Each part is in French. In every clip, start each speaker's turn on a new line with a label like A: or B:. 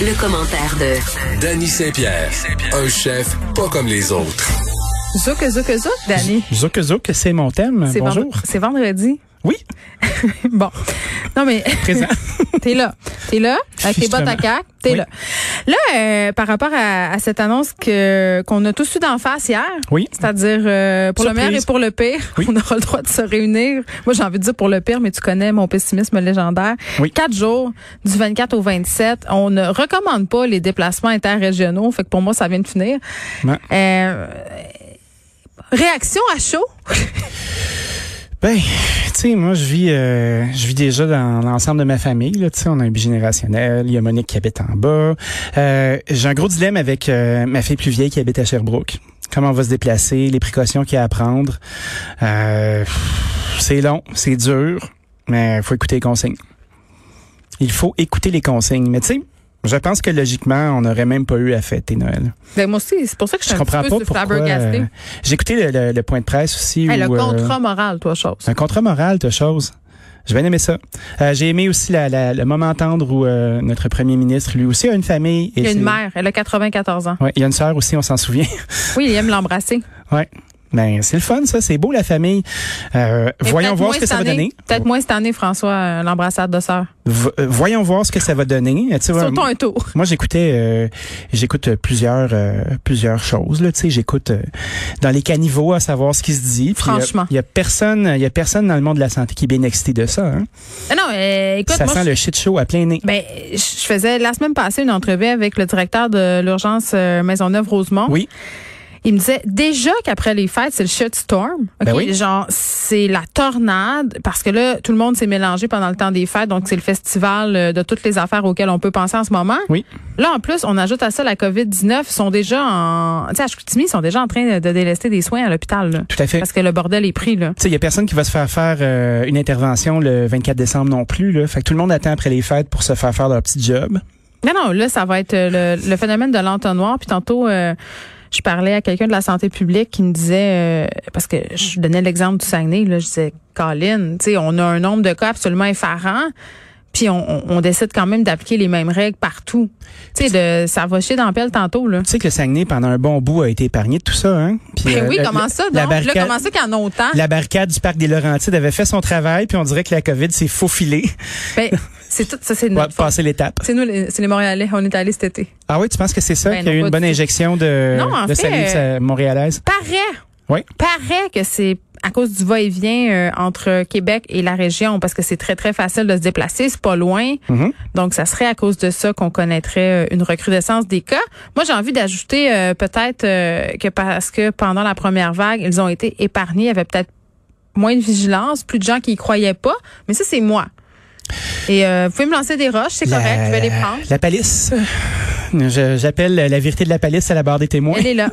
A: Le commentaire de
B: Danny Saint-Pierre, un chef pas comme les autres.
C: Zouk, zouk, zouk, Danny.
D: Zouk, zouk, c'est mon thème.
C: C'est
D: Bonjour.
C: vendre- C'est vendredi.
D: Oui,
C: bon. Non, mais
D: présent.
C: t'es là. T'es là, avec tes bottes à
D: Justement.
C: cac, t'es
D: Oui.
C: là. Là, euh, par rapport à, à cette annonce que qu'on a tous eu d'en face hier,
D: Oui.
C: c'est-à-dire euh, pour le
D: Surprise.
C: meilleur et pour le pire,
D: Oui.
C: on aura le droit de se réunir. Moi, j'ai envie de dire pour le pire, mais tu connais mon pessimisme légendaire.
D: Oui.
C: Quatre jours, du 24 au 27, on ne recommande pas les déplacements interrégionaux, fait que pour moi, ça vient de finir.
D: Ouais.
C: Euh, réaction à chaud?
D: Ben, tu sais, moi, je vis, euh, je vis déjà dans l'ensemble de ma famille. Là, tu sais, on a un bigénérationnel. Il y a Monique qui habite en bas. Euh, J'ai un gros dilemme avec euh, ma fille plus vieille qui habite à Sherbrooke. Comment on va se déplacer, les précautions qu'il y a à prendre. Euh, c'est long, c'est dur, mais faut écouter les consignes. Il faut écouter les consignes. Mais tu sais, je pense que logiquement, on n'aurait même pas eu à fêter Noël.
C: Ben moi aussi, c'est pour ça que je suis
D: Je
C: un
D: comprends
C: petit
D: pas
C: peu sur
D: pourquoi.
C: flabbergastée.
D: euh, J'ai écouté le, le- le point de presse aussi.
C: Hey, le
D: où, euh,
C: contrat moral, toi, chose.
D: un contrat moral de choses. J'ai bien aimé ça. Euh, J'ai aimé aussi la- la- le moment tendre où euh, notre premier ministre, lui aussi, a une famille. et
C: Il y a une
D: c'est-
C: mère, elle a 94 ans.
D: Ouais, il y a une sœur aussi, on s'en souvient.
C: Oui, il aime l'embrasser.
D: ouais. Ben, c'est le fun, ça. C'est beau, la famille. Euh,
C: Mais
D: voyons
C: peut-être
D: voir
C: moins
D: ce que ça va
C: cette année-
D: donner.
C: Peut-être moins cette année, François, euh, l'embrassade de sœur.
D: V- euh, voyons voir ce que ça va donner. Euh, tu sais, ouais,
C: Sautons un tour.
D: Moi, j'écoutais, euh, j'écoute plusieurs, euh, plusieurs choses. Là, tu sais, j'écoute euh, dans les caniveaux à savoir ce qui se dit. Puis,
C: Franchement.
D: il y a, il y a personne, il y a personne dans le monde de la santé qui est bien excité de ça. hein.
C: Ah non, euh, écoute,
D: ça
C: moi,
D: sent
C: je,
D: le shit show à plein nez.
C: ben, je je faisais la semaine passée une entrevue avec le directeur de l'urgence euh, Maisonneuve-Rosemont.
D: oui,
C: Il me disait déjà qu'après les fêtes, c'est le shitstorm. OK?
D: Ben oui.
C: Genre, c'est la tornade parce que là, tout le monde s'est mélangé pendant le temps des fêtes. Donc, c'est le festival euh, de toutes les affaires auxquelles on peut penser en ce moment.
D: oui.
C: Là, en plus, on ajoute à ça la COVID-19. Ils sont déjà en. Tu sais, à Chicoutimi, ils sont déjà en train de délester des soins à l'hôpital. là.
D: Tout à fait.
C: Parce que le bordel est pris, là.
D: Tu sais, il y a personne qui va se faire faire euh, une intervention le 24 décembre non plus. Là. Fait que tout le monde attend après les fêtes pour se faire faire leur petit job.
C: Non, non, là, ça va être euh, le, le phénomène de l'entonnoir. Puis tantôt, euh, je parlais à quelqu'un de la santé publique qui me disait, euh, parce que je donnais l'exemple du Saguenay, là, je disais, Colin, tu sais, on a un nombre de cas absolument effarant. Puis on, on- on décide quand même d'appliquer les mêmes règles partout. Tu sais, de- ça va chier dans la pelle tantôt, là.
D: Tu sais que le Saguenay, pendant un bon bout, a été épargné de tout ça. Hein? Puis,
C: Ben
D: euh,
C: oui,
D: la-
C: comment ça,
D: la
C: donc? Là,
D: barricade-
C: comment ça qu'il y en a autant?
D: La barricade du parc des Laurentides avait fait son travail, puis on dirait que la COVID s'est faufilée
C: Ben, c'est tout, ça, c'est de
D: pour
C: notre faute.
D: passer l'étape.
C: C'est nous, les- c'est les Montréalais, on est allés cet été.
D: Ah oui, tu penses que c'est ça
C: Ben
D: qu'il y
C: non,
D: a eu
C: pas
D: une bonne
C: du tout.
D: injection de,
C: Non, en
D: de
C: fait,
D: salive
C: euh,
D: sa- montréalaise?
C: Paraît,
D: Oui.
C: paraît que c'est à cause du va-et-vient euh, entre Québec et la région, parce que c'est très, très facile de se déplacer, c'est pas loin.
D: Mhm.
C: Donc, ça serait à cause de ça qu'on connaîtrait euh, une recrudescence des cas. Moi, j'ai envie d'ajouter euh, peut-être euh, que parce que pendant la première vague, ils ont été épargnés, il y avait peut-être moins de vigilance, plus de gens qui y croyaient pas, mais ça, c'est moi. Et euh, vous pouvez me lancer des roches, c'est correct, je vais les prendre.
D: La palisse. Je- J'appelle la vérité de la palisse à la barre des témoins.
C: Elle est là.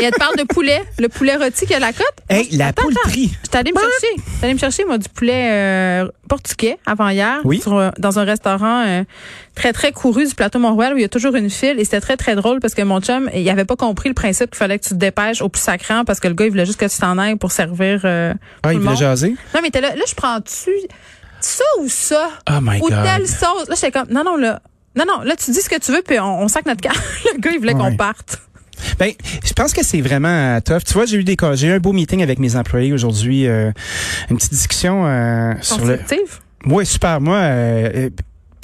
C: Et elle te parle de poulet. Le poulet rôti qui a la cote.
D: Hey, la
C: Attends, attends.
D: poulperie.
C: Je suis allée me chercher. Je suis allée me chercher, moi, du poulet euh, portugais avant hier.
D: Oui.
C: sur un- dans un restaurant euh, très, très couru du plateau Mont-Royal où il y a toujours une file. Et c'était très, très drôle parce que mon chum, il avait pas compris le principe qu'il fallait que tu te dépêches au plus sacrant parce que le gars, il voulait juste que tu t'en ailles pour servir. euh, tout
D: Ah, il
C: le
D: voulait
C: monde.
D: jaser?
C: Non, mais t'es là. Là, je prends-tu ça ou ça?
D: Oh my
C: ou
D: God.
C: telle sauce? Là, j'étais comme, non, non, là. Non, non, là, tu dis ce que tu veux, puis on, on sac notre carte. Le gars, il voulait qu'on
D: Ah Ouais.
C: parte.
D: Ben, je pense que c'est vraiment euh, tough. Tu vois, j'ai eu des co- j'ai eu un beau meeting avec mes employés aujourd'hui, euh, une petite discussion euh, sur le.
C: Constructif.
D: Ouais, super. Moi, euh, euh,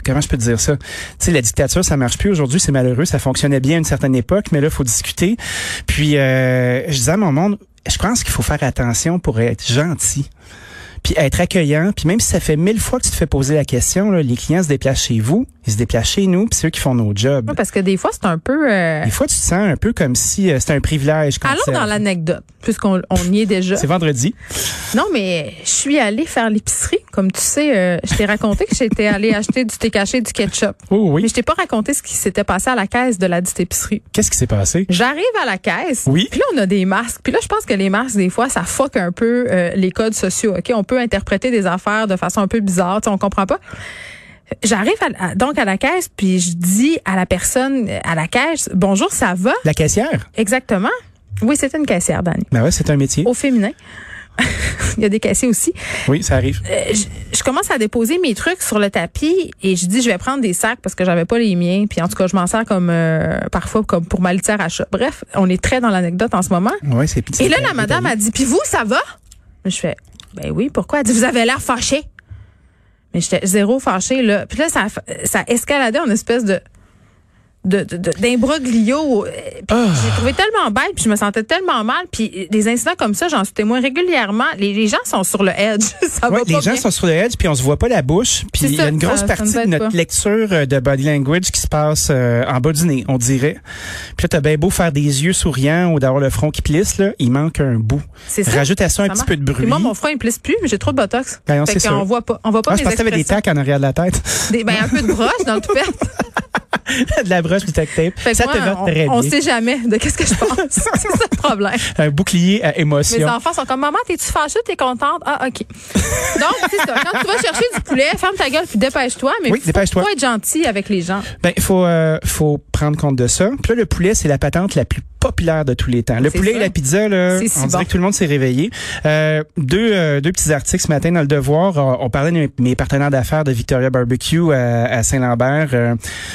D: comment je peux te dire ça Tu sais, la dictature, ça marche plus aujourd'hui. C'est malheureux. Ça fonctionnait bien à une certaine époque, mais là, faut discuter. Puis, euh, je disais à mon monde, je pense qu'il faut faire attention pour être gentil. Puis être accueillant, puis même si ça fait mille fois que tu te fais poser la question, là, les clients se déplacent chez vous, Ils se déplacent chez nous, puis c'est eux qui font nos jobs.
C: Ouais, parce que des fois, c'est un peu... euh,
D: Des fois, tu te sens un peu comme si euh, c'était un privilège. qu'on te
C: Allons
D: serve.
C: dans l'anecdote, puisqu'on on y est déjà.
D: C'est vendredi.
C: Non, mais je suis allée faire l'épicerie. Comme tu sais, euh, je t'ai raconté que j'étais allée acheter du thé caché et du ketchup.
D: Oui, oui,
C: Mais
D: oui.
C: je t'ai pas raconté ce qui s'était passé à la caisse de la dite épicerie.
D: Qu'est-ce qui s'est passé?
C: J'arrive à la caisse.
D: Oui.
C: Puis là, on a des masques. Puis là, je pense que les masques, des fois, ça fuck un peu euh, les codes sociaux. OK? On peut interpréter des affaires de façon un peu bizarre. Tu sais, on comprend pas. J'arrive à- à- donc à la caisse, puis je dis à la personne euh, à la caisse, bonjour, ça va?
D: La caissière?
C: Exactement. Oui, c'était une caissière, Dani.
D: Ben ouais, c'est un métier.
C: Au féminin. Il y a des caissiers aussi.
D: Oui, ça arrive.
C: Euh, je, je commence à déposer mes trucs sur le tapis et je dis je vais prendre des sacs parce que j'avais pas les miens puis en tout cas je m'en sers comme euh, parfois comme pour ma litière à chat. Bref, on est très dans l'anecdote en ce moment.
D: Ouais, c'est
C: Et là la madame a dit puis vous ça va Mais je fais ben oui, pourquoi Elle dit vous avez l'air fâché. Mais j'étais zéro fâché là. Puis là ça ça escaladait en espèce de de- de- de- d'imbroglio. Euh, puis
D: Ah.
C: J'ai trouvé tellement bête, puis je me sentais tellement mal. Puis des incidents comme ça, j'en suis témoin régulièrement. Les, les gens sont sur le edge. ça va
D: Ouais, les
C: Ah, bah, pas
D: gens
C: bien.
D: sont sur le edge, puis on se voit pas la bouche. Puis
C: C'est
D: il y a
C: ça,
D: une grosse
C: ça- ça
D: partie
C: nous
D: de
C: aide
D: notre
C: pas.
D: lecture euh, de body language qui se passe euh, en bas du nez, on dirait. Puis là, t'as bien beau faire des yeux souriants ou d'avoir le front qui plisse, là, il manque un bout.
C: C'est ça.
D: Rajoute à ça un
C: Ça
D: petit
C: marche.
D: peu de bruit.
C: Puis moi, mon front, il me plisse plus, mais j'ai trop de botox.
D: Ben non,
C: fait
D: c'est
C: qu'on
D: sûr.
C: voit pas, on voit pas
D: Ah, je
C: mes
D: pensais que t'avais des
C: expressions.
D: tacs en arrière de la tête.
C: Des- ben, un peu de broche dans le toupette.
D: de la broche du tac tape.
C: Fait que
D: Ça
C: moi,
D: te va
C: on,
D: très
C: on
D: bien.
C: sait jamais de qu'est-ce que je pense. c'est ça le problème.
D: Un bouclier à
C: Mes
D: émotion.
C: enfants sont comme, maman, t'es-tu fâchée, t'es contente? Ah, OK. Donc, c'est ça. Quand tu vas chercher du poulet, ferme ta gueule puis dépêche-toi, mais
D: Oui,
C: faut,
D: dépêche-toi.
C: faut être gentil avec les gens.
D: Ben, faut, euh, faut prendre compte de ça. Puis là, le poulet, c'est la patente la plus populaire de tous les temps. Le
C: C'est
D: poulet
C: ça.
D: et la pizza, là,
C: C'est si
D: on
C: bon.
D: dirait que tout le monde s'est réveillé. Euh, deux, euh, deux petits articles ce matin dans Le Devoir. Euh, On parlait de mes- mes partenaires d'affaires de Victoria Barbecue à, à Saint-Lambert. Euh,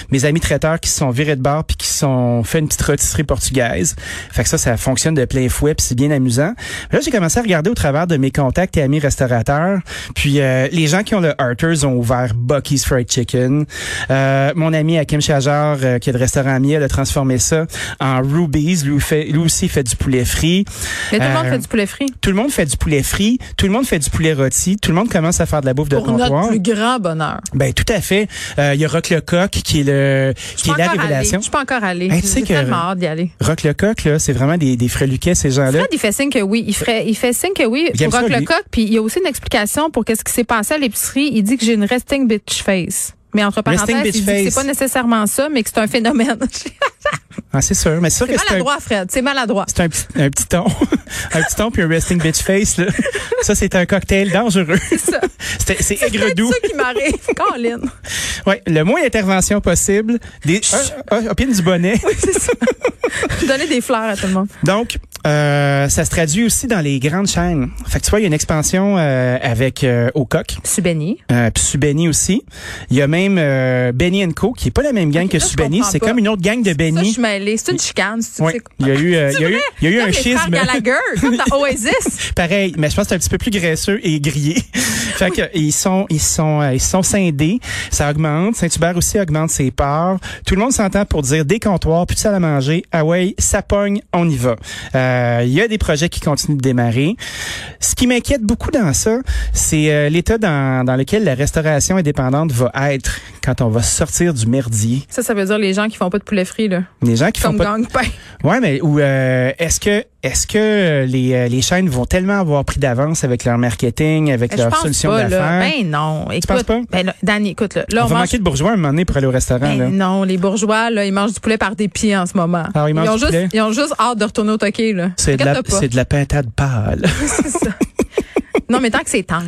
D: mes amis traiteurs qui se sont virés de bar puis qui se sont fait une petite rôtisserie portugaise. Fait que ça, ça fonctionne de plein fouet puis c'est bien amusant. Mais là, j'ai commencé à regarder au travers de mes contacts et amis restaurateurs. Puis euh, les gens qui ont le Arthur's ont ouvert Bucky's Fried Chicken. Euh, mon ami Hakim Chajar, euh, qui est de restaurant ami, elle a transformé ça en Ruby's. Lui, fait, lui aussi fait du poulet frit.
C: Mais tout le monde
D: Euh,
C: fait du poulet frit.
D: Tout le monde fait du poulet frit, tout le monde fait du poulet rôti, tout le monde commence à faire de la bouffe de
C: Pour notre
D: comptoir.
C: plus grand bonheur.
D: Ben tout à fait. Euh, Il y a Rock Lecoq qui est le
C: Je
D: qui
C: suis
D: est
C: pas
D: la
C: encore allée.
D: révélation.
C: Je suis pas encore allée.
D: Hey, tu sais
C: J'ai
D: que-
C: tellement hâte d'y aller.
D: Rock Lecoq là, c'est vraiment des des freluquets ces gens-là.
C: Fred, il fait signe que oui. Il, ferait, il fait signe que oui
D: Il aime
C: pour Rock
D: ça, lui.
C: le coq. Puis il y a aussi une explication pour qu'est-ce qui s'est passé à l'épicerie. Il dit que j'ai une resting bitch face. Mais entre
D: Resting
C: parenthèses,
D: bitch
C: il dit que
D: face.
C: c'est pas nécessairement ça, mais que c'est un phénomène.
D: Ah, c'est sûr, mais c'est sûr
C: c'est
D: que c'est un-
C: maladroit, Fred. C'est maladroit.
D: c'est un, petit- un petit ton. un petit ton puis un resting bitch face, là. Ça, c'est un cocktail dangereux.
C: ça.
D: C'était- C'est aigre
C: C'est
D: doux.
C: ça qui m'arrive. Colin.
D: Ouais, le moins d'intervention possible. Des, ah, ah, opine du bonnet.
C: C'est ça. Donner des fleurs à tout le monde.
D: Donc, euh, ça se traduit aussi dans les grandes chaînes. Fait que tu vois, il y a une expansion euh, avec euh, Au Coq,
C: Je suis bénie.
D: euh, puis Subeni aussi. Il y a même euh, Benny Co, qui est pas la même gang que
C: là, je
D: Subeni.
C: comprends
D: C'est
C: pas.
D: comme une autre gang de
C: Ça, je
D: Benny.
C: suis mêlée. C'est une chicane. C'est
D: Ouais.
C: c'est-
D: Il y a eu, euh, il y a eu, il y a eu
C: Comme
D: un
C: les frères
D: schisme.
C: Gallagher, comme dans Oasis.
D: Pareil, mais je pense que c'est un petit peu plus graisseux et grillé. fait que ils sont ils sont euh, ils sont scindés, ça augmente, Saint-Hubert aussi augmente ses parts. Tout le monde s'entend pour dire des comptoirs, plus de salle à manger, ah ouais, ça pogne, on y va. Euh, il y a des projets qui continuent de démarrer. Ce qui m'inquiète beaucoup dans ça, c'est euh, l'état dans, dans lequel la restauration indépendante va être quand on va sortir du merdier.
C: Ça, ça veut dire les gens qui font pas de poulet frit, là.
D: Les gens qui
C: Comme
D: font pas de-
C: gang-pain.
D: Ouais, mais ou euh, est-ce que est-ce que euh, les, euh, les chaînes vont tellement avoir pris d'avance avec leur marketing, avec
C: Ben,
D: leur
C: je pense
D: solution
C: pas, là.
D: d'affaires?
C: Ben non. Écoute,
D: penses pas?
C: Ben, là, Danny, écoute, là, là,
D: on
C: on,
D: va
C: mange-
D: manquer de bourgeois un moment donné pour aller au restaurant.
C: Ben
D: là.
C: non, les bourgeois, là, ils mangent du poulet par dépit en ce moment.
D: Ah, ils mangent
C: ont
D: du
C: juste,
D: poulet?
C: ils ont juste hâte de retourner au toquet, là.
D: C'est de, la,
C: Inquiète-toi pas.
D: c'est de la pintade pâle.
C: C'est ça. Non, mais tant que c'est tendre.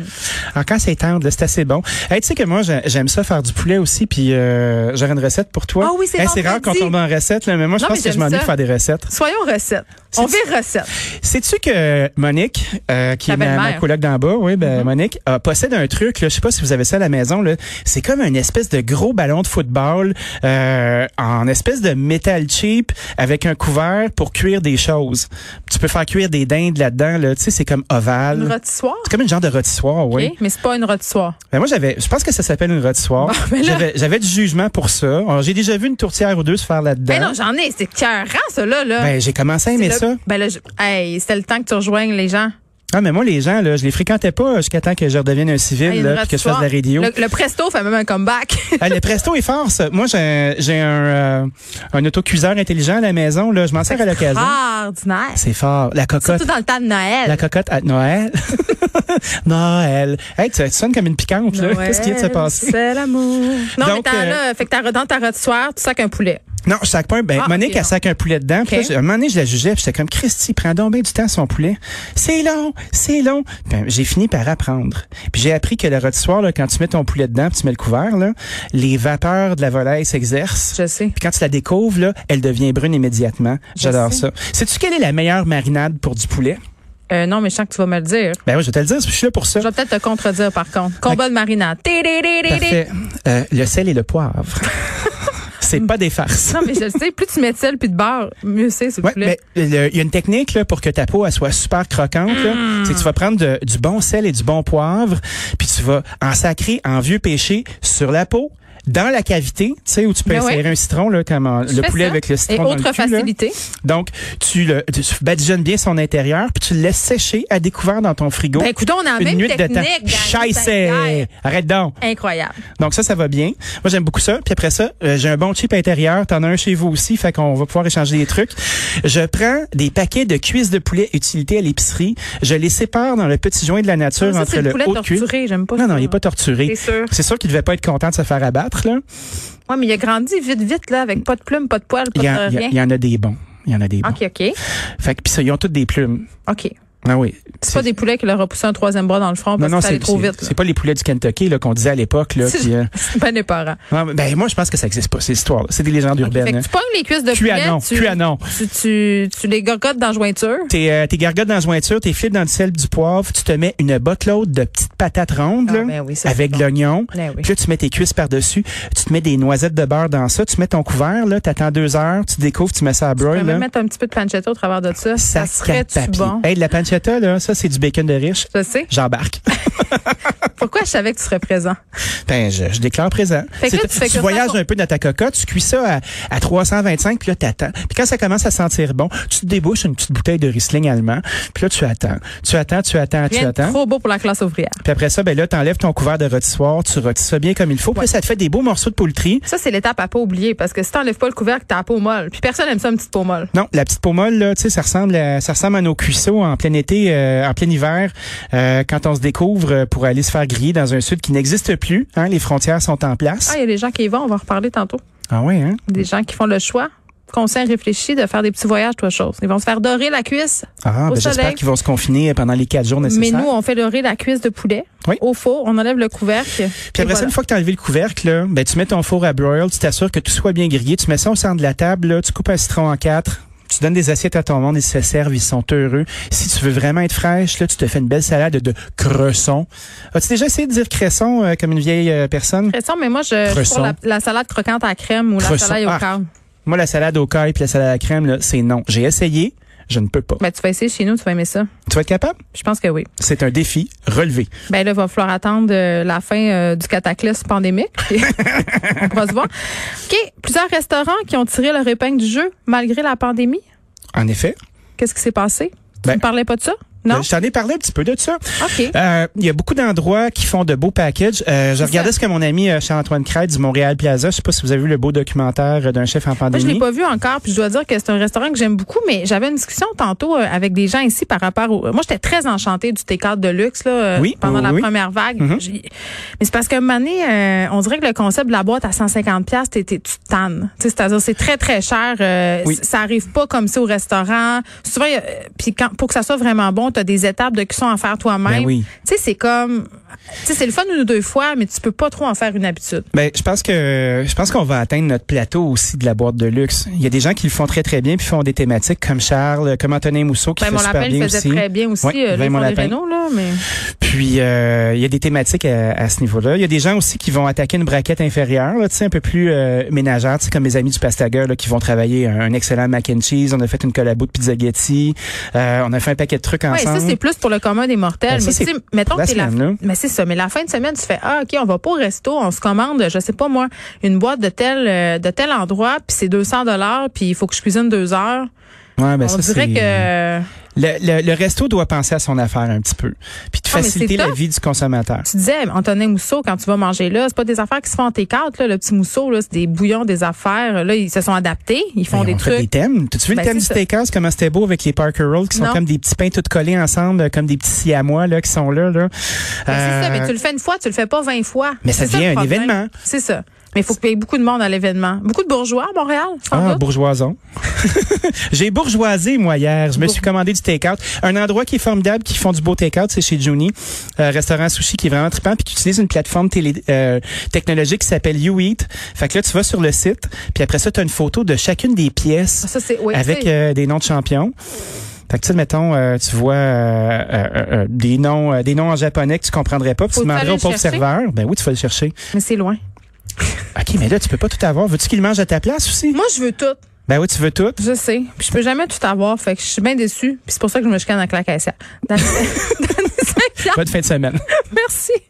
D: Alors, quand c'est tendre, là, c'est assez bon. Hey, tu sais que moi, j'ai- j'aime ça faire du poulet aussi, puis euh, j'aurais une recette pour toi.
C: Ah oui, c'est
D: Hey, C'est rare
C: vendredi.
D: qu'on tombe en recette, là, mais moi, je
C: Non,
D: pense
C: mais
D: que je
C: j'aime
D: m'ennuie
C: ça.
D: de faire des recettes.
C: Soyons recettes. On
D: C'est-
C: vire recette.
D: Sais-tu que Monique, euh, qui
C: Ta
D: est ma, ma
C: belle-mère. Mm-hmm.
D: coloc d'en bas, oui, ben, Monique, euh, possède un truc, là, je sais pas si vous avez ça à la maison, là, c'est comme une espèce de gros ballon de football euh, en espèce de métal cheap avec un couvert pour cuire des choses. Tu peux faire cuire des dindes là-dedans, là, tu sais, c'est comme ovale.
C: Une rôtissoire.
D: C'est comme une genre de rôtissoire, oui.
C: OK? Mais c'est pas une rôtissoire.
D: Ben moi j'avais, je pense que ça s'appelle une rôtissoire.
C: Bon, ben là-
D: j'avais, j'avais du jugement pour ça. Alors, j'ai déjà vu une tourtière ou deux se faire là-dedans.
C: Ben non, j'en ai. C'est cœurant, ça, là. là.
D: Ben, j'ai commencé à
C: C'est
D: aimer
C: là-
D: ça.
C: Ben là, je- hey, c'était le temps que tu rejoignes les gens.
D: Ah, mais moi, les gens, là, je les fréquentais pas jusqu'à temps que je redevienne un
C: Ah, il y
D: civil,
C: a une
D: là,
C: vraie
D: puis que je fasse de la
C: histoire.
D: radio.
C: Le, le presto fait même un comeback.
D: Ah, le Presto est fort, ça. Moi, j'ai j'ai un, euh, un autocuiseur intelligent à la maison, là. Je m'en sers à l'occasion.
C: Ordinaire.
D: C'est fort. La cocotte.
C: Surtout dans le temps de
D: La
C: Noël.
D: cocotte à Noël. Noël. Hey, tu, tu sonnes comme une piquante, là.
C: Noël,
D: Qu'est-ce qui vient de se passer?
C: C'est l'amour. Non, mais
D: Donc,
C: t'en
D: euh,
C: as, fait que t'as dans ta rôtissoire, tu sacs un poulet.
D: Non, je sac pas un. Ben,
C: Ah,
D: Monique,
C: ok,
D: elle
C: non.
D: sac un poulet dedans. Puis
C: Ok.
D: là, j'ai- à un moment donné, je la jugeais. Puis j'étais comme, Christy, prends donc bien du temps son poulet. C'est long, c'est long. Ben, j'ai fini par apprendre. Puis j'ai appris que le rôtissoir, là, quand tu mets ton poulet dedans, puis tu mets le couvert, là, les vapeurs de la volaille s'exercent.
C: Je sais.
D: Puis quand tu la découvres, là, elle devient brune immédiatement.
C: Je
D: J'adore
C: sais.
D: ça. Sais-tu quelle est la meilleure marinade pour du poulet?
C: Euh, non, mais je sens que tu vas me le dire.
D: Ben oui, je vais te le dire, parce que je suis là pour ça.
C: Je vais peut-être te contredire, par contre. Combat de marinade. Té, té, té, té, té.
D: Parfait. Euh, le sel et le poivre. C'est pas des farces.
C: Non, mais je le sais, plus tu mets de sel puis de beurre, mieux c'est, s'il vous
D: Ouais,
C: plaît.
D: mais le- il y a une technique là, pour que ta peau elle soit super croquante. là.
C: Mm.
D: C'est que tu vas prendre de- du bon sel et du bon poivre, puis tu vas en sacrer en vieux péché sur la peau, dans la cavité, tu sais où tu peux
C: Ben ouais.
D: insérer un citron là, comme en-
C: Tu
D: le
C: fais
D: poulet
C: ça,
D: avec le citron
C: Et
D: dans
C: autre
D: le cul, là.
C: facilité.
D: Donc tu le tu badigeonnes bien son intérieur, puis tu le laisses sécher à découvert dans ton frigo.
C: Ben, écoute, on a la
D: une
C: même
D: nuit de temps. euh,
C: technique. gang.
D: Scheisse! Arrête donc.
C: Incroyable.
D: Donc ça, ça va bien. Moi, j'aime beaucoup ça. Puis après ça, euh, j'ai un bon chip intérieur. T'en as un chez vous aussi, fait qu'on va pouvoir échanger des trucs. Je prends des paquets de cuisses de poulet utilité à l'épicerie. Je les sépare dans le petit joint de la nature
C: Ça,
D: entre
C: c'est le
D: le
C: poulet
D: haut de cuisse.
C: torturé, j'aime pas
D: Non,
C: ça.
D: non, il est pas torturé.
C: T'es sûr?
D: C'est sûr qu'il devait pas être content de se faire abattre, là.
C: Ouais, mais il a grandi vite, vite, là, avec pas de plumes, pas de poils, pas
D: Il y, en-
C: de
D: il y a-
C: rien.
D: il y en a des bons. Il y en a des bons.
C: OK, OK.
D: Fait que, puis ça, ils ont toutes des plumes.
C: OK.
D: Ah oui.
C: C'est pas des poulets qui leur a poussé un troisième bras dans le front
D: Non,
C: parce
D: non,
C: que ça allait
D: c'est
C: trop
D: c'est-
C: vite.
D: c'est pas les poulets du Kentucky là, qu'on disait à l'époque. là,
C: C'est-
D: puis, euh,
C: C'est pas des parents.
D: ah, Ben, moi, je pense que ça existe pas, ces histoires-là. C'est des légendes
C: Fait
D: urbaines.
C: que
D: hein.
C: tu pognes les cuisses de
D: Cul à
C: poulet,
D: non,
C: tu,
D: cul à non.
C: tu, tu, tu les gogotes dans la jointure.
D: T'es euh, t'es gargotes dans la jointure, t'es flips dans le sel du poivre, tu te mets une botte-l'autre de petites patates rondes
C: Ah,
D: là,
C: ben oui, ça, c'est
D: avec de
C: bon.
D: l'oignon.
C: Ben oui.
D: Puis là, tu mets tes cuisses par-dessus, tu te mets des noisettes de beurre dans ça, tu mets ton couvert, là, t'attends deux heures, tu découvres, tu mets ça à
C: Tu
D: broil.
C: peux
D: là.
C: même mettre un petit peu de pancetta au travers de ça. Ça,
D: Sac à
C: serait-tu
D: papier.
C: bon?
D: Hey, de la pancetta, là, ça, c'est du bacon de riche.
C: Je sais.
D: J'embarque.
C: Pourquoi je savais que tu serais présent?
D: ben, je, je déclare présent.
C: Fait que là, tu fais que ça
D: voyages
C: pour-
D: un peu dans ta cocotte, tu cuis ça à, à 325, puis là, t'attends. Puis quand ça commence à sentir bon, tu te débouches une petite bouteille de Riesling allemand, puis là, tu attends. Tu attends, tu attends, tu
C: Rien de
D: attends.
C: trop beau pour la classe ouvrière.
D: Puis après ça, ben là, t'enlèves ton couvert de rôtissoire, tu rôtis ça bien comme il faut. Puis là, ça te fait des beaux morceaux de poultry.
C: Ça, c'est l'étape à pas oublier parce que si t'enlèves pas le couvercle, t'as la peau molle. Puis personne aime ça, une petite peau molle.
D: Non, la petite peau molle, là, tu sais, ça ressemble à, ça ressemble à nos cuisseaux en plein été, euh, en plein hiver, euh, quand on se découvre euh, pour aller se faire griller dans un sud qui n'existe plus. Hein, les frontières sont en place.
C: Ah, il y a des gens qui y vont, on va en reparler tantôt.
D: Ah ouais, hein?
C: Des gens qui font le choix conscient et réfléchi de faire des petits voyages, trois choses. Ils vont se faire dorer la cuisse.
D: Ah,
C: Au
D: ben, j'espère
C: soleil.
D: qu'ils vont se confiner pendant les quatre jours
C: Mais
D: nécessaires.
C: nous, on fait dorer la cuisse de poulet
D: Oui.
C: au four, on enlève le couvercle.
D: Puis après ça, une fois que t'as enlevé le couvercle, là, ben, tu mets ton four à broil, tu t'assures que tout soit bien grillé, tu mets ça au centre de la table, là, tu coupes un citron en quatre. Tu donnes des assiettes à ton monde, ils se servent, ils sont heureux. Si tu veux vraiment être fraîche, là, tu te fais une belle salade de cresson. As-tu déjà essayé de dire cresson euh, comme une vieille euh, personne?
C: Cresson, mais moi, je je suis pour la, la salade croquante à la crème ou
D: Cresson.
C: la salade au
D: Ah.
C: carme.
D: Moi, la salade au caille puis la salade à la crème, là, c'est non. J'ai essayé, je ne peux pas.
C: Ben, tu vas essayer chez nous, tu vas aimer ça.
D: Tu vas être capable?
C: Je pense que oui.
D: C'est un défi relevé.
C: Ben là, il va falloir attendre euh, la fin euh, du cataclysme pandémique. on pourra se voir. OK. Plusieurs restaurants qui ont tiré leur épingle du jeu malgré la pandémie.
D: En effet.
C: Qu'est-ce qui s'est passé?
D: Ben-
C: tu ne parlais pas de ça? Non?
D: Je t'en ai parlé un petit peu de ça.
C: OK.
D: Euh, Il y a beaucoup d'endroits qui font de beaux packages. Euh, je regardais ce que mon ami euh, Charles-Antoine Craig du Montréal Plaza, je sais pas si vous avez vu le beau documentaire euh, d'un chef en
C: Moi, je l'ai
D: pandémie.
C: pas vu encore, puis je dois dire que c'est un restaurant que j'aime beaucoup, mais j'avais une discussion tantôt euh, avec des gens ici par rapport au. euh, Moi, j'étais très enchantée du T4 de luxe là, euh,
D: Oui,
C: pendant
D: oui,
C: la
D: oui. Mm-hmm.
C: première vague. J'ai- Mais c'est parce que Mané, euh, on dirait que le concept de la boîte à 150 pièces, tu te tannes. Tu sais, C'est-à-dire, c'est très très cher. euh,
D: Oui.
C: c- Ça arrive pas comme ça au restaurant. Souvent, il y a- euh, puis quand- pour que ça soit vraiment bon, tu as des étapes de cuisson à faire toi-même.
D: Ben oui.
C: Tu sais, c'est comme, tu sais, c'est le fun une ou deux fois, mais tu peux pas trop en faire une habitude.
D: Ben, je pense que je pense qu'on va atteindre notre plateau aussi de la boîte de luxe. Il y a des gens qui le font très très bien puis font des thématiques comme Charles, comme Antonin Mousseau qui
C: Ben,
D: fait
C: mon
D: super
C: lapin
D: bien
C: le faisait
D: aussi.
C: très bien aussi.
D: Oui,
C: euh, là,
D: Vin
C: ils
D: Mon
C: font des
D: Lapin.
C: rénaux, là, mais.
D: Puis euh, il y a des thématiques à, à ce niveau-là. Il y a des gens aussi qui vont attaquer une braquette inférieure, là, tu sais, un peu plus euh, ménagère, tu sais, comme mes amis du Pastaga là, qui vont travailler un, un excellent mac and cheese. On a fait une collabo de pizza Getty. Euh, on a fait un paquet de trucs
C: Oui,
D: ensemble.
C: ça, c'est plus pour le commun des mortels.
D: Ben, ça,
C: mais
D: c'est
C: tu sais, mettons
D: la
C: que t'es la,
D: semaine, là.
C: mais c'est ça. Mais la fin de semaine, tu fais, ah, OK, on va pas au resto, on se commande, je sais pas moi, une boîte de tel, euh, de tel endroit, puis c'est 200 dollars, puis il faut que je cuisine deux heures.
D: Ouais, ben
C: on
D: ça,
C: dirait
D: c'est-
C: que,
D: Le, le- le resto doit penser à son affaire un petit peu, puis de
C: Ah, mais c'est
D: faciliter la
C: tough.
D: vie du consommateur.
C: Tu disais, Antonin Mousseau, quand tu vas manger là, c'est pas des affaires qui se font en T4, là, le petit Mousseau, là, c'est des bouillons, des affaires. Là, ils se sont adaptés, ils font
D: Ben,
C: des
D: on
C: trucs.
D: fait des thèmes. T'as-tu vu
C: Ben,
D: le thème du
C: c'est ça.
D: steakhouse, comment c'était beau avec les Parker Rolls qui sont
C: Non.
D: comme des petits pains tout collés ensemble, comme des petits siamois là, qui sont là. là.
C: Ben, c'est ça,
D: Euh,
C: mais tu le fais une fois, tu le fais pas 20 fois.
D: Mais ça
C: C'est
D: devient
C: le
D: un
C: problème.
D: événement.
C: C'est ça. Mais il faut qu'il y ait beaucoup de monde à l'événement. Beaucoup de bourgeois à Montréal, sans
D: Ah,
C: doute.
D: bourgeoison. J'ai bourgeoisé, moi, hier. Je me suis commandé du take-out. Un endroit qui est formidable, qui font du beau take-out, c'est chez Juni, euh, restaurant sushi qui est vraiment trippant, puis qui utilise une plateforme télé, euh, technologique qui s'appelle You Eat. Fait que là, tu vas sur le site, puis après ça, tu as une photo de chacune des pièces
C: Ah, ça, c'est- oui,
D: avec
C: c'est-
D: euh, des noms de champions. Fait que, tu sais, mettons, euh, tu vois euh, euh, euh, des noms euh, des noms en japonais que tu comprendrais pas, puis tu
C: Faut-tu
D: demanderais
C: aller
D: au
C: le
D: pauvre
C: chercher?
D: serveur. Ben oui, tu vas le chercher.
C: Mais c'est loin.
D: OK, mais là, tu peux pas tout avoir. Veux-tu qu'il mange à ta place aussi?
C: Moi, je veux tout.
D: Ben oui, tu veux tout.
C: Je sais. Puis je peux jamais tout avoir. Fait que je suis bien déçue. Puis c'est pour ça que je me chicane avec la caissière. Dans- dans-
D: Bonne fin de semaine.
C: Merci.